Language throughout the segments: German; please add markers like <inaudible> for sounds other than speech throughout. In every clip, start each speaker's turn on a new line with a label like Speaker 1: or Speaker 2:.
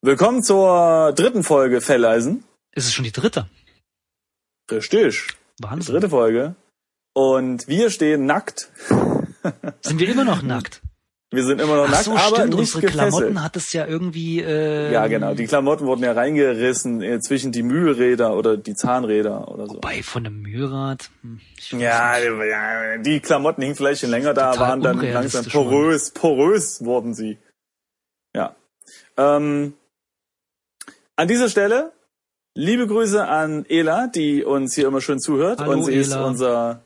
Speaker 1: Willkommen zur dritten Folge Felleisen.
Speaker 2: Ist es schon die dritte?
Speaker 1: Richtig. Die
Speaker 2: Wahnsinn.
Speaker 1: dritte Folge. Und wir stehen nackt.
Speaker 2: Sind wir immer noch nackt?
Speaker 1: Wir sind immer <laughs> noch
Speaker 2: Ach
Speaker 1: nackt,
Speaker 2: so,
Speaker 1: aber
Speaker 2: stimmt.
Speaker 1: nicht
Speaker 2: Unsere
Speaker 1: gefesselt.
Speaker 2: Klamotten hat es ja irgendwie. Äh,
Speaker 1: Ja, genau. Die Klamotten wurden ja reingerissen äh, zwischen die Mühlräder oder die Zahnräder oder so.
Speaker 2: Wobei von einem Mühlrad. hm, ich weiß
Speaker 1: Ja,
Speaker 2: nicht.
Speaker 1: ja, die Klamotten hingen vielleicht schon länger da,
Speaker 2: Total
Speaker 1: waren dann langsam
Speaker 2: unrealistisch,
Speaker 1: porös, porös wurden sie. Ja. Ähm, an dieser Stelle liebe Grüße an Ela, die uns hier immer schön zuhört
Speaker 2: Hallo,
Speaker 1: und sie ist
Speaker 2: Ela.
Speaker 1: unser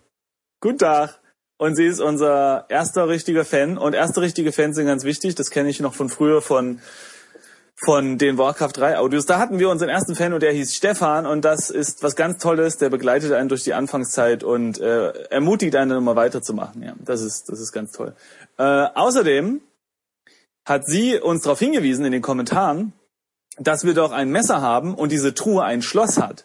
Speaker 1: Guten Tag und sie ist unser erster richtiger Fan und erste richtige Fans sind ganz wichtig, das kenne ich noch von früher von von den Warcraft 3 Audios. Da hatten wir unseren ersten Fan und der hieß Stefan und das ist was ganz Tolles, der begleitet einen durch die Anfangszeit und äh, ermutigt einen immer weiterzumachen. Ja, das ist, das ist ganz toll. Äh, außerdem hat sie uns darauf hingewiesen in den Kommentaren, dass wir doch ein Messer haben und diese Truhe ein Schloss hat.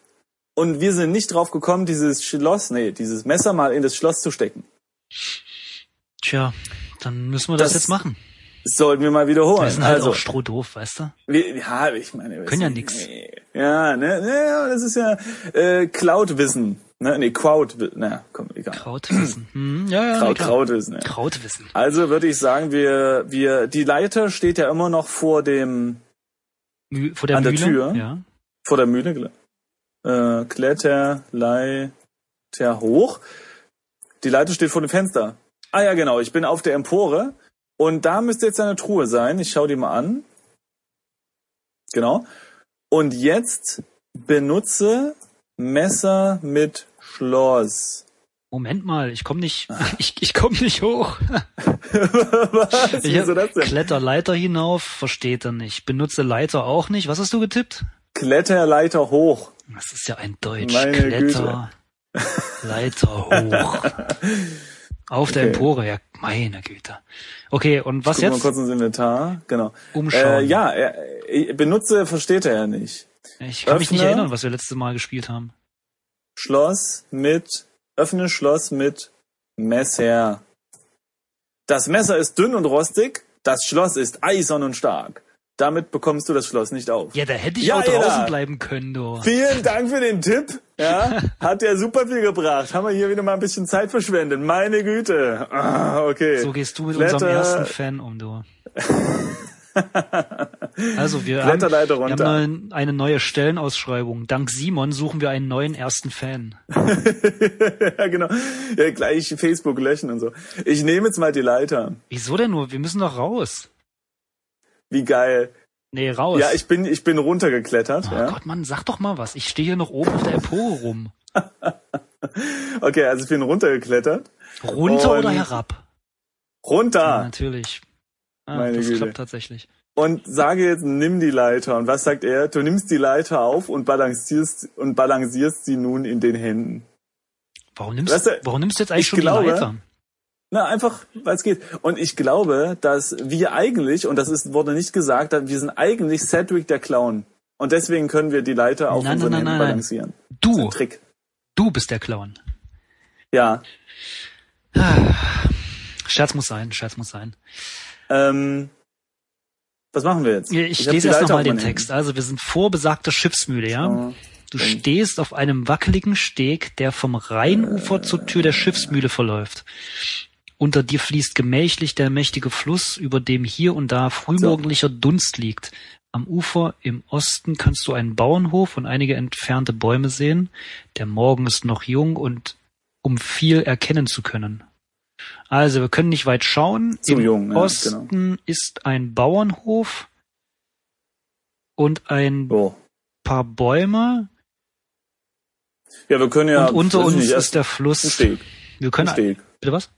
Speaker 1: Und wir sind nicht drauf gekommen, dieses Schloss, nee, dieses Messer mal in das Schloss zu stecken.
Speaker 2: Tja, dann müssen wir das,
Speaker 1: Das-
Speaker 2: jetzt machen.
Speaker 1: Das sollten wir mal wiederholen.
Speaker 2: Wir sind halt
Speaker 1: also,
Speaker 2: auch strohdoof, weißt du?
Speaker 1: Wir, ja, ich meine, wir
Speaker 2: Können ja
Speaker 1: sind-
Speaker 2: nix.
Speaker 1: Ja, ne, ne, ja, das ist ja äh, Cloud-Wissen. Ne, nee, Crowd, na, komm, egal. <clears throat>
Speaker 2: Krautwissen. Hm, ja, ja, na
Speaker 1: Crowd,
Speaker 2: klar.
Speaker 1: Crowdwissen. Ja.
Speaker 2: Krautwissen.
Speaker 1: Also würde ich sagen, wir, wir, die Leiter steht ja immer noch vor dem,
Speaker 2: Müh- Vor der
Speaker 1: An der
Speaker 2: Mühle.
Speaker 1: Tür?
Speaker 2: Ja.
Speaker 1: vor der Mühle. gl- Äh, Kletter, Leiter hoch. Die Leiter steht vor dem Fenster. Ah ja, genau, ich bin auf der Empore. Und da müsste jetzt eine Truhe sein. Ich schau die mal an. Genau. Und jetzt benutze Messer mit Schloss. <laughs>
Speaker 2: Moment mal, ich komm nicht,
Speaker 1: Ah.
Speaker 2: <laughs> ich, ich komm nicht hoch.
Speaker 1: Was?
Speaker 2: Ich
Speaker 1: Wieso das denn?
Speaker 2: kletter Leiter hinauf, versteht er nicht. Benutze Leiter auch nicht. Was hast du getippt?
Speaker 1: Kletter Leiter hoch.
Speaker 2: Das ist ja ein Deutsch.
Speaker 1: Meine
Speaker 2: Kletter, Leiter
Speaker 1: <laughs>
Speaker 2: hoch. Auf der
Speaker 1: Okay.
Speaker 2: Empore, ja, meine Güte. Okay, und was
Speaker 1: Guck mal
Speaker 2: jetzt?
Speaker 1: kurz ins Inventar. Genau. Äh,
Speaker 2: Umschauen.
Speaker 1: ja, er- ich benutze versteht er ja nicht.
Speaker 2: ich kann mich nicht
Speaker 1: öffne.
Speaker 2: erinnern, was wir letztes Mal gespielt haben.
Speaker 1: Schloss mit, öffne Schloss mit Messer. Das Messer ist dünn und rostig, das Schloss ist eisern und stark. Damit bekommst du das Schloss nicht auf.
Speaker 2: Ja, da hätte ich
Speaker 1: Ja,
Speaker 2: auch
Speaker 1: ja.
Speaker 2: draußen bleiben können, du.
Speaker 1: Vielen Dank für den Tipp.
Speaker 2: <laughs>
Speaker 1: Ja, hat ja super viel gebracht. Haben wir hier wieder mal ein bisschen Zeit verschwendet. Meine Güte. Ah, okay.
Speaker 2: So gehst du mit
Speaker 1: Kletter-
Speaker 2: unserem ersten Fan
Speaker 1: <laughs>
Speaker 2: um, du. Also, wir haben, wir
Speaker 1: Kletterleiter
Speaker 2: haben
Speaker 1: runter.
Speaker 2: neuen- eine neue Stellenausschreibung. Dank Simon suchen wir einen neuen ersten Fan.
Speaker 1: <laughs> ja, genau. Ja, gleich Facebook löschen und so. Ich nehme jetzt mal die Leiter.
Speaker 2: Wieso denn nur? Wir müssen doch raus.
Speaker 1: Wie geil.
Speaker 2: Nee, raus.
Speaker 1: Ja, ich bin, ich bin runtergeklettert.
Speaker 2: oh
Speaker 1: ja.
Speaker 2: Gott, Mann, sag doch mal was. Ich stehe hier noch oben auf der Empore rum.
Speaker 1: Okay, also ich bin runtergeklettert.
Speaker 2: Runter
Speaker 1: Und-
Speaker 2: oder herab? Ja,
Speaker 1: Runter!
Speaker 2: natürlich. Ah,
Speaker 1: Meine
Speaker 2: das
Speaker 1: Güte.
Speaker 2: klappt tatsächlich.
Speaker 1: Und sage jetzt, nimm die Leiter. Und was sagt er? Du nimmst die Leiter auf und balancierst, und balancierst sie nun in den Händen.
Speaker 2: Warum nimmst,
Speaker 1: Weißt du,
Speaker 2: warum nimmst du jetzt eigentlich
Speaker 1: ich
Speaker 2: schon
Speaker 1: glaube-
Speaker 2: die Leiter?
Speaker 1: Na, einfach, weil es geht. Und ich glaube, dass wir eigentlich, und das ist, wurde nicht gesagt, wir sind eigentlich Cedric der Clown. Und deswegen können wir die Leiter auf
Speaker 2: Nein,
Speaker 1: unseren
Speaker 2: nein,
Speaker 1: Händen
Speaker 2: nein, Uh. nein.
Speaker 1: balancieren. Das ist
Speaker 2: Du,
Speaker 1: ein Trick.
Speaker 2: du bist der Clown.
Speaker 1: Ja.
Speaker 2: Scherz muss sein, Scherz muss sein.
Speaker 1: Ähm, was machen wir jetzt?
Speaker 2: Ich, ich
Speaker 1: hab die
Speaker 2: lese
Speaker 1: Leiter
Speaker 2: erst nochmal
Speaker 1: auf meinen
Speaker 2: den Text. Also, wir sind vor besagter Schiffsmühle, ja?
Speaker 1: Händen.
Speaker 2: Du stehst auf einem wackeligen Steg, der vom Rheinufer zur Tür der Schiffsmühle verläuft. Unter dir fließt gemächlich der mächtige Fluss, über dem hier und da frühmorgendlicher Dunst liegt. Am Ufer im Osten kannst du einen Bauernhof und einige entfernte Bäume sehen. Der Morgen ist noch jung und um viel erkennen zu können. Also, wir können nicht weit schauen.
Speaker 1: Zu
Speaker 2: Im
Speaker 1: jung, ja, genau.
Speaker 2: Osten ist ein Bauernhof und ein
Speaker 1: Oh.
Speaker 2: paar Bäume.
Speaker 1: Ja, wir können ja.
Speaker 2: und unter
Speaker 1: weiß ich
Speaker 2: uns
Speaker 1: nicht,
Speaker 2: ist
Speaker 1: erst
Speaker 2: der
Speaker 1: ein
Speaker 2: Fluss.
Speaker 1: Steg.
Speaker 2: Wir
Speaker 1: Ein
Speaker 2: können
Speaker 1: Steg.
Speaker 2: bitte was?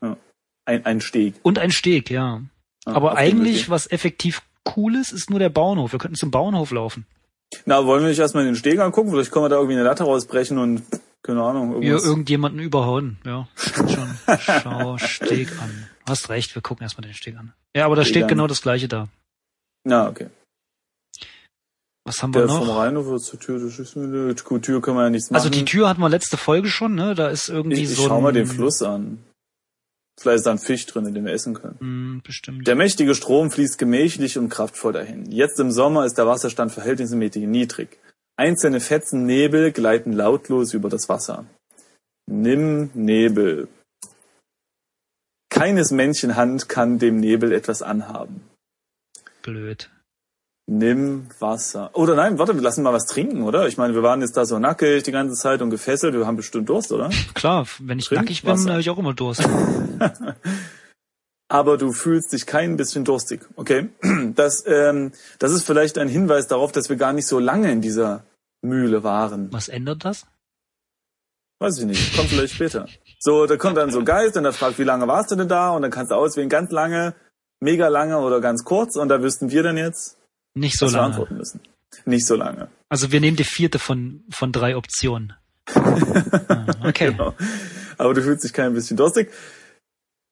Speaker 1: Ein, ein Steg.
Speaker 2: Und ein Steg, ja.
Speaker 1: Ah, Ja,
Speaker 2: Aber
Speaker 1: auf dem wir
Speaker 2: eigentlich was effektiv cooles ist nur der Bauernhof. Wir könnten zum Bauernhof laufen.
Speaker 1: Na, wollen wir nicht erstmal den Steg angucken? Vielleicht können wir da irgendwie eine Latte rausbrechen und, keine Ahnung,
Speaker 2: Wir
Speaker 1: irgendwas.
Speaker 2: irgendjemanden überhauen. Ja,
Speaker 1: <laughs>
Speaker 2: stimmt schon. Schau Steg an. Hast recht, wir gucken erstmal den Steg an. Ja, aber da
Speaker 1: Steg
Speaker 2: steht
Speaker 1: an.
Speaker 2: genau das gleiche da.
Speaker 1: Na, okay.
Speaker 2: Was haben wir
Speaker 1: Der ist vom
Speaker 2: noch?
Speaker 1: Rheinhofer zur Tür, der Schiffsmühle. Gut, Tür können wir ja nichts machen.
Speaker 2: Also die Tür hatten wir letzte Folge schon, ne? Da ist
Speaker 1: ich,
Speaker 2: irgendwie
Speaker 1: ich
Speaker 2: so
Speaker 1: schau
Speaker 2: ein
Speaker 1: mal den Fluss an. Vielleicht ist da ein Fisch drin, den wir essen können.
Speaker 2: Hm, bestimmt.
Speaker 1: Der mächtige Strom fließt gemächlich und kraftvoll dahin. Jetzt im Sommer ist der Wasserstand verhältnismäßig niedrig. Einzelne Fetzen Nebel gleiten lautlos über das Wasser. Nimm Nebel. Keines Männchen Hand kann dem Nebel etwas anhaben.
Speaker 2: Blöd.
Speaker 1: Nimm Wasser. Oder nein, warte, wir lassen mal was trinken, oder? Ich meine, wir waren jetzt da so nackig die ganze Zeit und gefesselt, wir haben bestimmt Durst, oder?
Speaker 2: Klar, wenn ich
Speaker 1: Trink
Speaker 2: nackig bin,
Speaker 1: Wasser.
Speaker 2: habe ich auch immer Durst.
Speaker 1: aber du fühlst dich kein bisschen durstig. Okay, <clears throat> das, ähm, das ist vielleicht ein Hinweis darauf, dass wir gar nicht so lange in dieser Mühle waren.
Speaker 2: Was ändert das?
Speaker 1: Weiß ich nicht, kommt vielleicht später. So, da kommt dann so ein Geist und der fragt, wie lange warst du denn da? Und dann kannst du auswählen, ganz lange, mega lange oder ganz kurz. Und da wüssten wir dann jetzt,
Speaker 2: Nicht so
Speaker 1: was wir
Speaker 2: lange.
Speaker 1: antworten müssen. Nicht so lange.
Speaker 2: Also wir nehmen die vierte von, von drei
Speaker 1: <laughs>
Speaker 2: Optionen. Ah, Okay.
Speaker 1: Genau. Aber du fühlst dich kein bisschen durstig.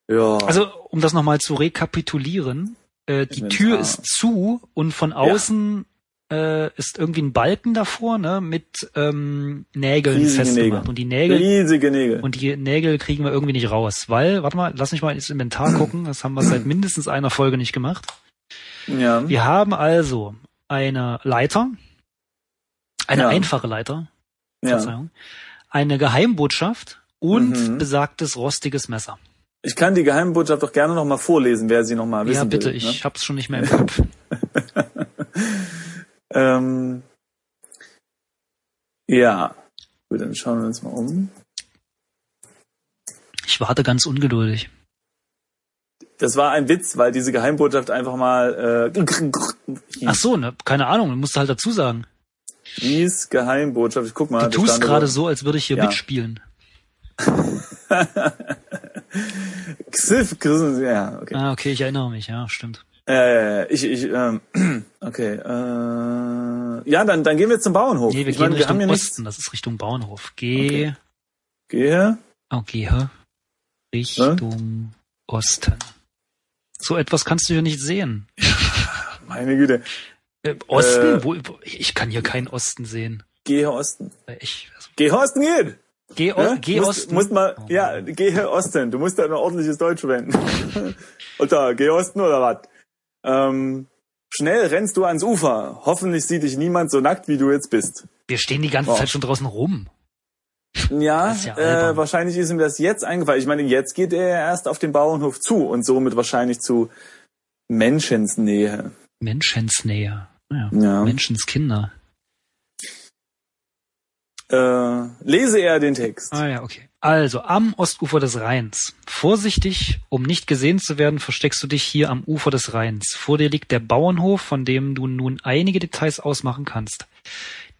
Speaker 1: Ja.
Speaker 2: Also, um das nochmal zu rekapitulieren, äh, die
Speaker 1: Inventar.
Speaker 2: Tür ist zu und von außen äh, ist irgendwie ein Balken davor, ne, mit ähm, Nägeln
Speaker 1: Riesige
Speaker 2: festgemacht.
Speaker 1: Nägel.
Speaker 2: Und die Nägel
Speaker 1: riesige Nägel.
Speaker 2: und die Nägel kriegen wir irgendwie nicht raus, weil, warte mal, lass mich mal ins Inventar gucken, das haben
Speaker 1: <clears throat>
Speaker 2: wir seit mindestens einer Folge nicht gemacht.
Speaker 1: ja.
Speaker 2: Wir haben also eine Leiter, eine
Speaker 1: Ja.
Speaker 2: einfache Leiter,
Speaker 1: ja.
Speaker 2: Verzeihung, eine Geheimbotschaft und
Speaker 1: Mhm.
Speaker 2: besagtes rostiges Messer.
Speaker 1: Ich kann die Geheimbotschaft doch gerne nochmal vorlesen, wer sie nochmal wissen
Speaker 2: Ja, bitte,
Speaker 1: will.
Speaker 2: ich
Speaker 1: ne?
Speaker 2: hab's schon nicht mehr im Kopf.
Speaker 1: Ähm, ja. Gut, dann schauen wir uns mal um.
Speaker 2: Ich warte ganz ungeduldig.
Speaker 1: Das war ein Witz, weil diese Geheimbotschaft einfach mal äh, <laughs>
Speaker 2: Ach
Speaker 1: hieß,
Speaker 2: so, ne, keine Ahnung, musst du halt dazu sagen.
Speaker 1: hieß Geheimbotschaft. Ich guck mal.
Speaker 2: Du
Speaker 1: das
Speaker 2: tust
Speaker 1: stand
Speaker 2: gerade
Speaker 1: da-
Speaker 2: so, als würde ich hier
Speaker 1: Ja.
Speaker 2: mitspielen.
Speaker 1: Xif, Xif, ja, okay.
Speaker 2: Ah, okay, ich erinnere mich, ja, stimmt.
Speaker 1: Äh, ich, ich, ähm, <clears throat> okay. Äh, ja, dann, dann gehen wir zum Bauernhof.
Speaker 2: Nee, wir
Speaker 1: Oh, ich
Speaker 2: gehen
Speaker 1: meine, wir
Speaker 2: Richtung
Speaker 1: haben hier nichts.
Speaker 2: Osten, das ist Richtung Bauernhof. Geh,
Speaker 1: Gehe.
Speaker 2: okay, hä? Richtung Osten. So etwas kannst du hier nicht sehen.
Speaker 1: Meine Güte.
Speaker 2: Äh, Osten?
Speaker 1: Äh.
Speaker 2: wo, wo, ich kann hier keinen Osten sehen.
Speaker 1: Gehe Osten.
Speaker 2: Äh, Ich,
Speaker 1: Gehe Osten geht.
Speaker 2: geh o,
Speaker 1: Ne?
Speaker 2: geh
Speaker 1: musst,
Speaker 2: Osten.
Speaker 1: Musst mal, ja,
Speaker 2: Oh,
Speaker 1: geh Osten. Du musst da ein ordentliches Deutsch verwenden. <laughs> oder geh Osten oder was? Ähm, schnell rennst du ans Ufer. Hoffentlich sieht dich niemand so nackt, wie du jetzt bist.
Speaker 2: Wir stehen die ganze
Speaker 1: Wow.
Speaker 2: Zeit schon draußen rum.
Speaker 1: Ja,
Speaker 2: Das ist ja albern.
Speaker 1: äh, wahrscheinlich ist ihm das jetzt eingefallen. Ich meine, jetzt geht er ja erst auf den Bauernhof zu und somit wahrscheinlich zu Menschensnähe.
Speaker 2: Menschensnähe. Ja.
Speaker 1: Ja.
Speaker 2: Menschenskinder.
Speaker 1: Äh, lese er den Text.
Speaker 2: Ah ja, okay. Also, am Ostufer des Rheins. Vorsichtig, um nicht gesehen zu werden, versteckst du dich hier am Ufer des Rheins. Vor dir liegt der Bauernhof, von dem du nun einige Details ausmachen kannst.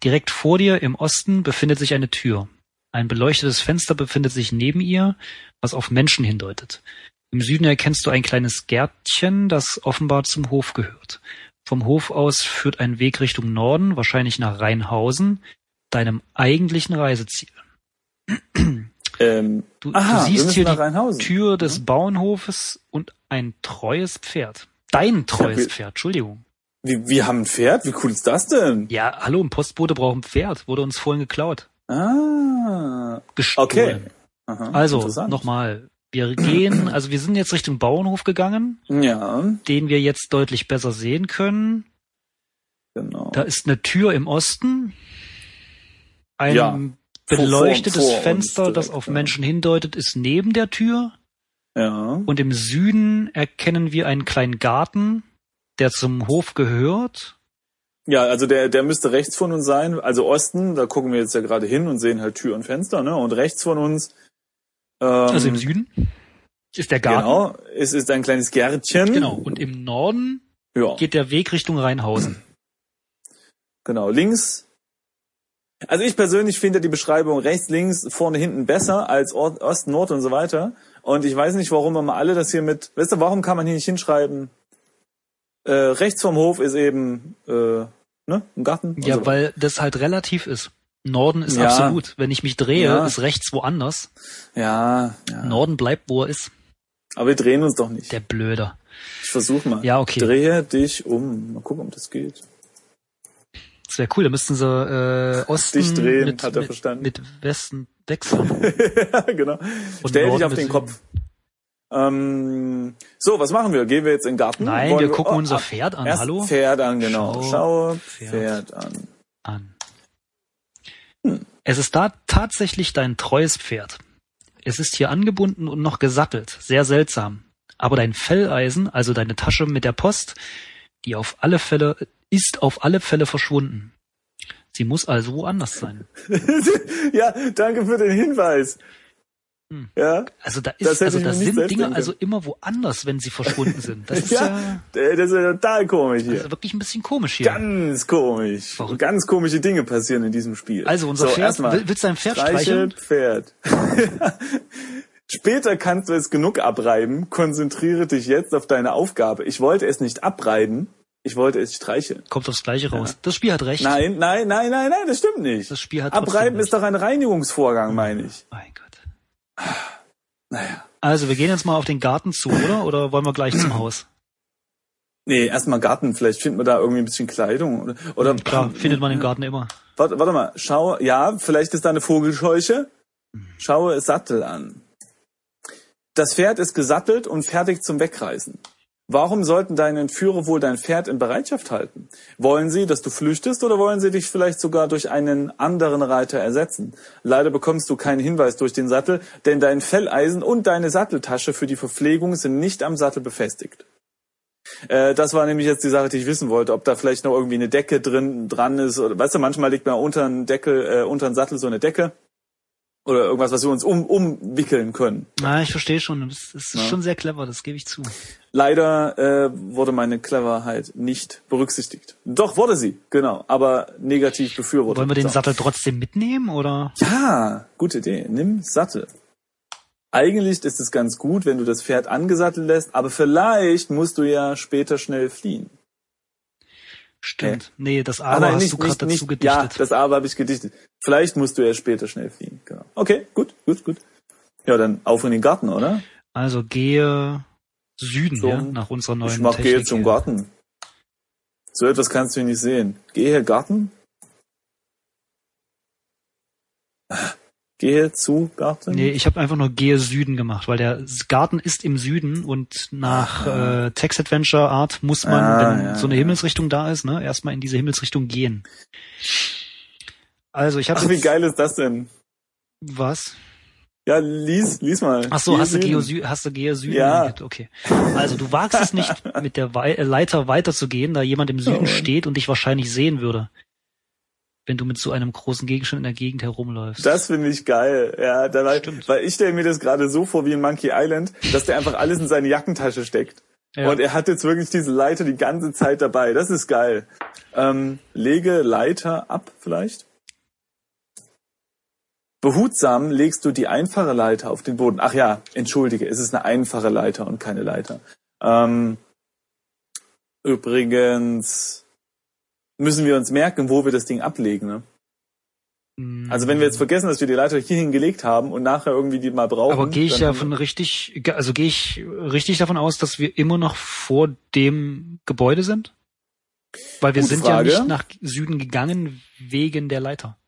Speaker 2: Direkt vor dir im Osten befindet sich eine Tür. Ein beleuchtetes Fenster befindet sich neben ihr, was auf Menschen hindeutet. Im Süden erkennst du ein kleines Gärtchen, das offenbar zum Hof gehört. Vom Hof aus führt ein Weg Richtung Norden, wahrscheinlich nach Rheinhausen, deinem eigentlichen Reiseziel.
Speaker 1: Ähm,
Speaker 2: Du,
Speaker 1: aha, wir
Speaker 2: du siehst
Speaker 1: müssen
Speaker 2: hier
Speaker 1: nach ne?
Speaker 2: die
Speaker 1: Rheinhausen.
Speaker 2: Tür des Bauernhofes und ein treues Pferd. Dein treues
Speaker 1: wir-
Speaker 2: Pferd, Entschuldigung.
Speaker 1: Wir, wir haben ein Pferd? Wie cool ist das denn?
Speaker 2: Ja, hallo, ein Postbote braucht ein Pferd. Wurde uns vorhin geklaut.
Speaker 1: Ah, okay.
Speaker 2: Gestohlen.
Speaker 1: Aha,
Speaker 2: Also,
Speaker 1: interessant.
Speaker 2: nochmal. Wir gehen, also wir sind jetzt Richtung Bauernhof gegangen,
Speaker 1: Ja,
Speaker 2: den wir jetzt deutlich besser sehen können.
Speaker 1: genau.
Speaker 2: Da ist eine Tür im Osten. Ein
Speaker 1: Ja. vor-
Speaker 2: beleuchtetes
Speaker 1: vor uns
Speaker 2: Fenster, das
Speaker 1: direkt,
Speaker 2: auf
Speaker 1: ja.
Speaker 2: Menschen hindeutet, ist neben der Tür.
Speaker 1: ja.
Speaker 2: Und im Süden erkennen wir einen kleinen Garten, der zum Hof gehört.
Speaker 1: ja, also der, der müsste rechts von uns sein, also Osten, da gucken wir jetzt ja gerade hin und sehen halt Tür und Fenster, ne? Und rechts von uns, ähm,
Speaker 2: Also im Süden ist der Garten.
Speaker 1: genau, es ist ein kleines Gärtchen.
Speaker 2: Genau. Und im Norden
Speaker 1: Ja,
Speaker 2: geht der Weg Richtung Rheinhausen.
Speaker 1: genau. Links. Also ich persönlich finde die Beschreibung rechts, links, vorne, hinten besser als Ort, Ost, Nord und so weiter. Und ich weiß nicht, warum immer alle das hier mit, weißt du, warum kann man hier nicht hinschreiben, äh, rechts vom Hof ist eben, äh, ne, ein Garten? und
Speaker 2: Ja,
Speaker 1: so.
Speaker 2: weil das halt relativ ist. Norden ist
Speaker 1: Ja.
Speaker 2: absolut. Wenn ich mich drehe,
Speaker 1: Ja.
Speaker 2: ist rechts woanders.
Speaker 1: Ja, ja.
Speaker 2: Norden bleibt, wo er ist.
Speaker 1: Aber wir drehen uns doch nicht.
Speaker 2: Der Blöder.
Speaker 1: Ich versuch mal.
Speaker 2: Ja, okay.
Speaker 1: Drehe dich um. Mal gucken, ob das geht. <laughs>
Speaker 2: Das wäre cool. Da müssten sie äh, Osten
Speaker 1: Dich drehen,
Speaker 2: mit,
Speaker 1: hat er
Speaker 2: mit,
Speaker 1: verstanden.
Speaker 2: mit Westen wechseln.
Speaker 1: genau. Stell
Speaker 2: Norden
Speaker 1: dich auf den
Speaker 2: mit Süden.
Speaker 1: Kopf. Ähm, so, was machen wir? Gehen wir jetzt in den Garten?
Speaker 2: Nein,
Speaker 1: Wollen
Speaker 2: wir gucken
Speaker 1: oh,
Speaker 2: unser
Speaker 1: ah,
Speaker 2: Pferd an.
Speaker 1: erst
Speaker 2: Hallo?
Speaker 1: Pferd an, genau.
Speaker 2: Schau,
Speaker 1: Schaue
Speaker 2: Pferd.
Speaker 1: Pferd, an. <laughs>
Speaker 2: An. Es ist da tatsächlich dein treues Pferd. Es ist hier angebunden und noch gesattelt. Sehr seltsam. Aber dein Felleisen, also deine Tasche mit der Post, die auf alle Fälle, ist auf alle Fälle verschwunden. Sie muss also woanders sein.
Speaker 1: ja, danke für den Hinweis.
Speaker 2: Hm.
Speaker 1: Ja,
Speaker 2: Also da
Speaker 1: Das
Speaker 2: ist,
Speaker 1: hätte
Speaker 2: also
Speaker 1: ich
Speaker 2: da
Speaker 1: mir nicht
Speaker 2: sind
Speaker 1: selbst
Speaker 2: Dinge
Speaker 1: denken
Speaker 2: also immer woanders, wenn sie verschwunden sind.
Speaker 1: <laughs>
Speaker 2: Das ist
Speaker 1: Ja,
Speaker 2: ja,
Speaker 1: äh, das ist ja total komisch
Speaker 2: das
Speaker 1: hier.
Speaker 2: ist wirklich ein bisschen komisch hier.
Speaker 1: Ganz komisch.
Speaker 2: Verrückt.
Speaker 1: Ganz komische Dinge passieren in diesem Spiel.
Speaker 2: Also unser
Speaker 1: So,
Speaker 2: Pferd,
Speaker 1: erstmal.
Speaker 2: will, willst du dein Pferd
Speaker 1: Streichel
Speaker 2: streicheln?
Speaker 1: Pferd. <laughs> Später kannst du es genug abreiben. Konzentriere dich jetzt auf deine Aufgabe. Ich wollte es nicht abreiben. Ich wollte es streicheln.
Speaker 2: Kommt aufs Gleiche raus. Das Spiel hat recht.
Speaker 1: Nein, nein, nein, nein, nein, das stimmt nicht.
Speaker 2: Das Spiel hat trotzdem
Speaker 1: Abreiben
Speaker 2: recht.
Speaker 1: ist doch ein Reinigungsvorgang, meine ich.
Speaker 2: Mein Gott.
Speaker 1: Naja.
Speaker 2: Also wir gehen jetzt mal auf den Garten zu, oder? Oder wollen wir gleich zum Haus?
Speaker 1: Nee, erstmal Garten. Vielleicht findet man da irgendwie ein bisschen Kleidung oder, oder
Speaker 2: Hm, Klar, findet man im Garten immer.
Speaker 1: Warte, warte mal, schau, ja, vielleicht ist da eine Vogelscheuche. Schaue es Sattel an. Das Pferd ist gesattelt und fertig zum Wegreißen. Warum sollten deine Entführer wohl dein Pferd in Bereitschaft halten? Wollen sie, dass du flüchtest oder wollen sie dich vielleicht sogar durch einen anderen Reiter ersetzen? Leider bekommst du keinen Hinweis durch den Sattel, denn dein Felleisen und deine Satteltasche für die Verpflegung sind nicht am Sattel befestigt. Äh, das war nämlich jetzt die Sache, die ich wissen wollte, ob da vielleicht noch irgendwie eine Decke drin dran ist oder weißt du, manchmal liegt man unter einen Deckel, äh, unter einen Sattel so eine Decke oder irgendwas, was wir uns um, umwickeln können.
Speaker 2: Na, ich verstehe schon. Es ist
Speaker 1: Ja.
Speaker 2: schon sehr clever, das gebe ich zu.
Speaker 1: Leider äh, wurde meine Cleverheit nicht berücksichtigt. Doch wurde sie, genau, aber negativ befürwortet.
Speaker 2: Wollen wir den
Speaker 1: So.
Speaker 2: Sattel trotzdem mitnehmen oder?
Speaker 1: Ja, gute Idee. Nimm Sattel. Eigentlich ist es ganz gut, wenn du das Pferd angesattelt lässt, aber vielleicht musst du ja später schnell fliehen.
Speaker 2: Stimmt. Nee, das
Speaker 1: Ah,
Speaker 2: Aber
Speaker 1: nein,
Speaker 2: hast
Speaker 1: nicht-
Speaker 2: du gerade
Speaker 1: nicht-
Speaker 2: dazu
Speaker 1: nicht-
Speaker 2: gedichtet.
Speaker 1: Ja, das Aber habe ich gedichtet. Vielleicht musst du ja später schnell fliehen. Genau. Okay, gut, gut, gut. Ja, dann auf in den Garten, oder?
Speaker 2: also gehe Süden,
Speaker 1: Zum-
Speaker 2: ja, nach unserer neuen
Speaker 1: ich mach,
Speaker 2: Technik.
Speaker 1: gehe zum
Speaker 2: hier.
Speaker 1: Garten. So etwas kannst du hier nicht sehen. Gehe Garten. Ah, Gehe zu Garten.
Speaker 2: Nee, ich habe einfach nur gehe Süden gemacht, weil der Garten ist im Süden und nach äh, Text Adventure Art muss man,
Speaker 1: Ah,
Speaker 2: wenn
Speaker 1: ja,
Speaker 2: so eine
Speaker 1: ja.
Speaker 2: Himmelsrichtung da ist, ne, erstmal in diese Himmelsrichtung gehen. Also ich habe
Speaker 1: Ach, wie geil ist das denn?
Speaker 2: was?
Speaker 1: Ja, lies, lies mal.
Speaker 2: Ach so,
Speaker 1: Gehe
Speaker 2: hast du, Geo
Speaker 1: Süden.
Speaker 2: Sü hast du Geo Süden?
Speaker 1: Ja.
Speaker 2: angetippt? Okay. Also du wagst es nicht,
Speaker 1: <laughs>
Speaker 2: mit der Wei äh, Leiter weiterzugehen, da jemand im Süden
Speaker 1: Mann.
Speaker 2: steht und dich wahrscheinlich sehen würde, wenn du mit so einem großen Gegenstand in der Gegend herumläufst.
Speaker 1: Das finde ich geil. Ja, da, weil,
Speaker 2: Stimmt.
Speaker 1: weil ich stelle mir das gerade so vor wie in Monkey Island, dass der einfach alles in seine Jackentasche steckt.
Speaker 2: Ja.
Speaker 1: Und er hat jetzt wirklich diese Leiter die ganze Zeit dabei. Das ist geil. Ähm, lege Leiter ab vielleicht. Behutsam legst du die einfache Leiter auf den Boden. Ach ja, entschuldige, es ist eine einfache Leiter und keine Leiter. Ähm, übrigens müssen wir uns merken, wo wir das Ding ablegen. Ne?
Speaker 2: Mm.
Speaker 1: Also wenn wir jetzt vergessen, dass wir die Leiter hierhin gelegt haben und nachher irgendwie die mal brauchen.
Speaker 2: Aber gehe ich
Speaker 1: dann-
Speaker 2: davon richtig, ge- also gehe ich richtig davon aus, dass wir immer noch vor dem Gebäude sind? Weil wir
Speaker 1: Gute
Speaker 2: sind
Speaker 1: Frage.
Speaker 2: ja nicht nach Süden gegangen wegen der Leiter.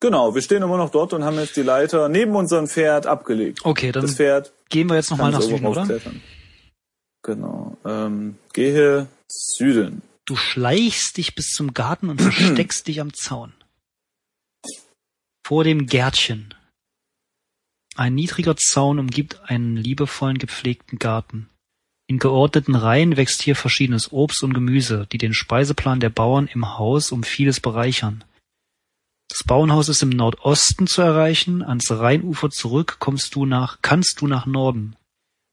Speaker 1: Genau, wir stehen immer noch dort und haben jetzt die Leiter neben unserem Pferd abgelegt.
Speaker 2: Okay, dann
Speaker 1: das Pferd
Speaker 2: gehen wir jetzt nochmal
Speaker 1: kann
Speaker 2: Ähm, nach
Speaker 1: so
Speaker 2: Süden, oder?
Speaker 1: raufklettern. Genau. Ähm, gehe Süden.
Speaker 2: Du schleichst dich bis zum
Speaker 1: <clears throat>
Speaker 2: Garten und versteckst dich am Zaun. Vor dem Gärtchen. Ein niedriger Zaun umgibt einen liebevollen gepflegten Garten. In geordneten Reihen wächst hier verschiedenes Obst und Gemüse, die den Speiseplan der Bauern im Haus um vieles bereichern. Das Bauernhaus ist im Nordosten zu erreichen, ans Rheinufer zurück kommst du nach, kannst du nach Norden.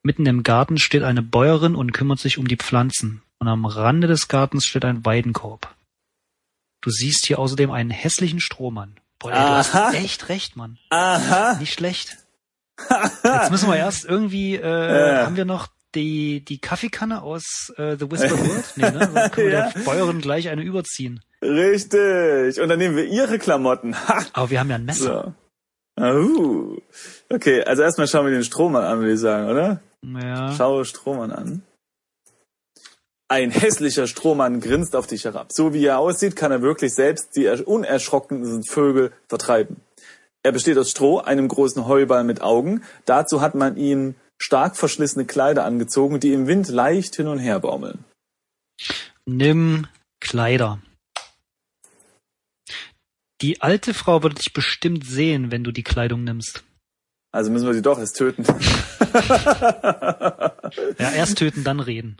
Speaker 2: Mitten im Garten steht eine Bäuerin und kümmert sich um die Pflanzen. Und am Rande des Gartens steht ein Weidenkorb. Du siehst hier außerdem einen hässlichen Strohmann. Boah, ey, du
Speaker 1: Aha.
Speaker 2: hast echt recht, Mann.
Speaker 1: Aha.
Speaker 2: Nicht
Speaker 1: <laughs>
Speaker 2: schlecht. Jetzt müssen wir erst irgendwie, äh,
Speaker 1: Ja.
Speaker 2: haben wir noch die, die Kaffeekanne aus äh, The Whispered World? Nee, ne? Dann können
Speaker 1: <laughs>
Speaker 2: wir
Speaker 1: Ja.
Speaker 2: der Bäuerin gleich eine überziehen.
Speaker 1: Richtig. Und dann nehmen wir ihre Klamotten. <laughs> Ha.
Speaker 2: Aber wir haben ja ein Messer.
Speaker 1: So. Ahu. Okay, also erstmal schauen wir den Strohmann an, würde ich sagen, oder?
Speaker 2: Ja.
Speaker 1: Schaue Strohmann an. Ein hässlicher Strohmann grinst auf dich herab. So wie er aussieht, kann er wirklich selbst die ersch- unerschrockenen Vögel vertreiben. Er besteht aus Stroh, einem großen Heuball mit Augen. Dazu hat man ihm stark verschlissene Kleider angezogen, die im Wind leicht hin und her baumeln.
Speaker 2: Nimm Kleider. Die alte Frau wird dich bestimmt sehen, wenn du die Kleidung nimmst.
Speaker 1: Also müssen wir sie doch erst töten. <laughs>
Speaker 2: Ja, erst töten, dann reden.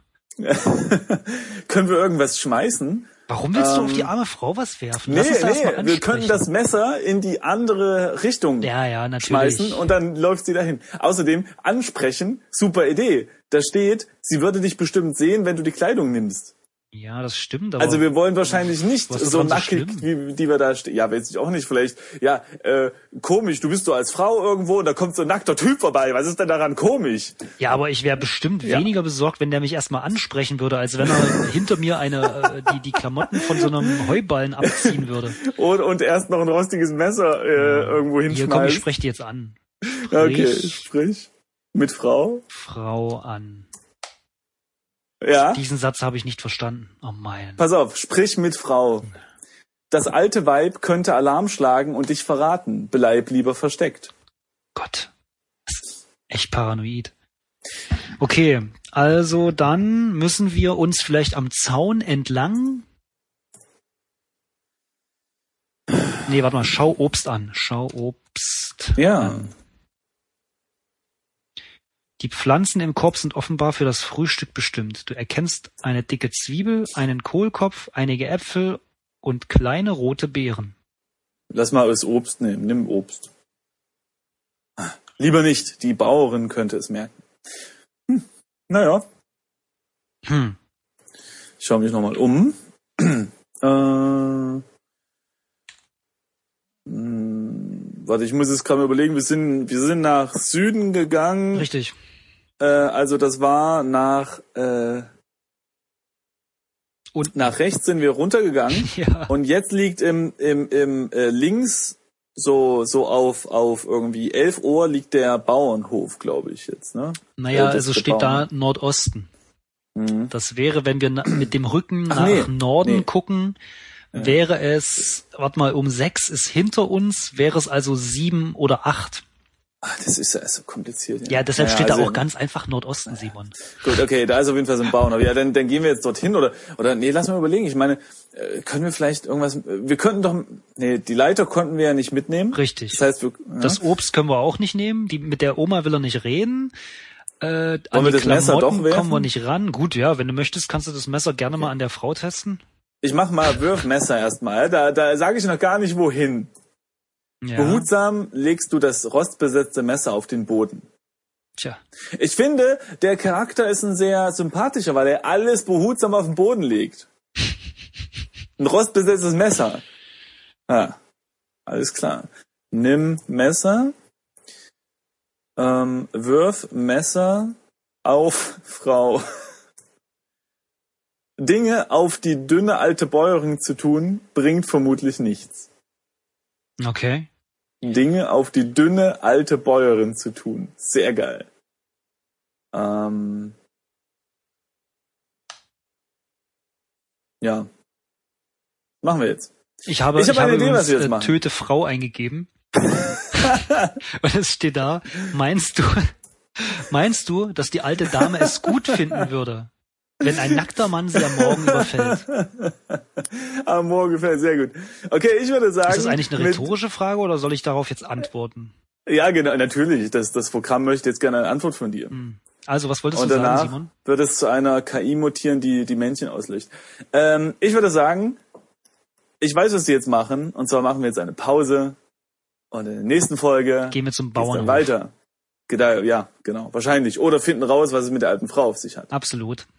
Speaker 1: können wir irgendwas schmeißen?
Speaker 2: Warum willst du
Speaker 1: Ähm,
Speaker 2: auf die arme Frau was werfen?
Speaker 1: Nee,
Speaker 2: Lass uns da erst mal
Speaker 1: nee, wir können
Speaker 2: ansprechen.
Speaker 1: das Messer in die andere Richtung
Speaker 2: Ja, ja, natürlich.
Speaker 1: schmeißen und dann läuft sie dahin. Außerdem ansprechen, super Idee. Da steht, sie würde dich bestimmt sehen, wenn du die Kleidung nimmst.
Speaker 2: Ja, das stimmt. Aber
Speaker 1: Also wir wollen wahrscheinlich nicht
Speaker 2: was ist
Speaker 1: so
Speaker 2: daran so
Speaker 1: nackig,
Speaker 2: schlimm?
Speaker 1: wie die wir da stehen. Ja, weiß ich auch nicht. Vielleicht, ja, äh, komisch, du bist so als Frau irgendwo und da kommt so ein nackter Typ vorbei. Was ist denn daran komisch?
Speaker 2: ja, aber ich wäre bestimmt weniger besorgt, wenn der mich erstmal ansprechen würde, als
Speaker 1: <laughs>
Speaker 2: wenn er hinter mir eine äh, die die Klamotten von so einem Heuballen abziehen würde.
Speaker 1: Und, und erst noch ein rostiges Messer äh, irgendwo
Speaker 2: Hier komm, ich
Speaker 1: hinschmeißt.
Speaker 2: spreche die jetzt an. Sprich
Speaker 1: okay, sprich. Mit Frau?
Speaker 2: Frau an.
Speaker 1: Ja.
Speaker 2: Diesen Satz habe ich nicht verstanden. Oh mein.
Speaker 1: Pass auf, sprich mit Frau. Das alte Weib könnte Alarm schlagen und dich verraten. Bleib lieber versteckt.
Speaker 2: Gott. Das ist echt paranoid. Okay, also dann müssen wir uns vielleicht am Zaun entlang. Nee, warte mal, schau Obst an. Schau Obst.
Speaker 1: Ja.
Speaker 2: Die Pflanzen im Korb sind offenbar für das Frühstück bestimmt. Du erkennst eine dicke Zwiebel, einen Kohlkopf, einige Äpfel und kleine rote Beeren.
Speaker 1: Lass mal das Obst nehmen. Nimm Obst. Ah, Lieber nicht. Die Bauerin könnte es merken. Hm. Naja,
Speaker 2: Hm.
Speaker 1: ich schaue mich nochmal um. <clears throat> äh, hm, warte, ich muss es gerade mal überlegen. Wir sind, wir sind nach Süden gegangen.
Speaker 2: Richtig.
Speaker 1: Äh, also das war nach... Äh,
Speaker 2: Und-
Speaker 1: nach rechts sind wir runtergegangen.
Speaker 2: <laughs> Ja.
Speaker 1: Und jetzt liegt im, im, im äh, links so so auf auf irgendwie 11 Uhr liegt der Bauernhof, glaube ich jetzt, ne?
Speaker 2: Naja,
Speaker 1: das
Speaker 2: also
Speaker 1: ist
Speaker 2: steht da
Speaker 1: bebauen.
Speaker 2: Nordosten.
Speaker 1: Mhm.
Speaker 2: Das wäre, wenn wir na- mit dem Rücken
Speaker 1: Ach,
Speaker 2: nach
Speaker 1: nee,
Speaker 2: Norden
Speaker 1: nee.
Speaker 2: gucken, wäre es, warte mal, um sechs ist hinter uns, wäre es also sieben oder acht.
Speaker 1: Ah, das ist ja so kompliziert.
Speaker 2: Ja, deshalb
Speaker 1: Naja,
Speaker 2: steht da
Speaker 1: also-
Speaker 2: auch ganz einfach Nordosten, Simon.
Speaker 1: Gut, okay, da ist auf jeden Fall so ein Bauernhof. Ja, dann, dann gehen wir jetzt dorthin oder oder nee, lass mal überlegen. Ich meine, äh, können wir vielleicht irgendwas äh, wir könnten doch nee, die Leiter konnten wir ja nicht mitnehmen.
Speaker 2: Richtig.
Speaker 1: Das heißt, wir ja.
Speaker 2: Das Obst können wir auch nicht nehmen. Die, mit der Oma will er nicht reden. Äh, an
Speaker 1: Wollen wir
Speaker 2: die
Speaker 1: das Messer
Speaker 2: Klamotten
Speaker 1: doch werfen?
Speaker 2: kommen wir nicht ran. Gut, ja, wenn du möchtest, kannst du das Messer gerne mal an der Frau testen.
Speaker 1: ich mach mal Würfmesser erstmal. Da da sage ich noch gar nicht wohin.
Speaker 2: Ja.
Speaker 1: Behutsam legst du das rostbesetzte Messer auf den Boden.
Speaker 2: Tja.
Speaker 1: Ich finde, der Charakter ist ein sehr sympathischer, weil er alles behutsam auf den Boden legt. Ein rostbesetztes Messer. Ah, alles klar. Nimm Messer, ähm, wirf Messer auf <laughs> Frau. Dinge auf die dünne alte Bäuerin zu tun, bringt vermutlich nichts.
Speaker 2: Okay.
Speaker 1: Dinge auf die dünne alte Bäuerin zu tun. Sehr geil. Ähm, ja. Machen wir jetzt.
Speaker 2: Ich habe,
Speaker 1: Ich
Speaker 2: ich
Speaker 1: habe eine
Speaker 2: habe
Speaker 1: Idee,
Speaker 2: übrigens,
Speaker 1: was wir jetzt
Speaker 2: äh,
Speaker 1: machen.
Speaker 2: Töte
Speaker 1: <laughs>
Speaker 2: Frau eingegeben. Und es steht da, meinst du, <laughs> meinst du, dass die alte Dame es gut finden würde, wenn ein nackter Mann sie am Morgen überfällt?
Speaker 1: Am Morgen gefällt sehr gut. Okay, ich würde sagen.
Speaker 2: Ist das eigentlich eine
Speaker 1: mit-
Speaker 2: rhetorische Frage oder soll ich darauf jetzt antworten?
Speaker 1: Ja, genau, natürlich. Das, das Programm möchte jetzt gerne eine Antwort von dir.
Speaker 2: Hm. Also, was wolltest
Speaker 1: Und
Speaker 2: du sagen,
Speaker 1: danach
Speaker 2: Simon?
Speaker 1: wird es zu einer KI mutieren, die die Männchen auslöscht. Ähm, ich würde sagen, ich weiß, was sie jetzt machen. Und zwar machen wir jetzt eine Pause. Und in der nächsten Folge
Speaker 2: Gehen wir zum
Speaker 1: geht's dann
Speaker 2: Bauernhof.
Speaker 1: weiter. Genau, Ja, genau, wahrscheinlich. Oder finden raus, was es mit der alten Frau auf sich hat.
Speaker 2: Absolut.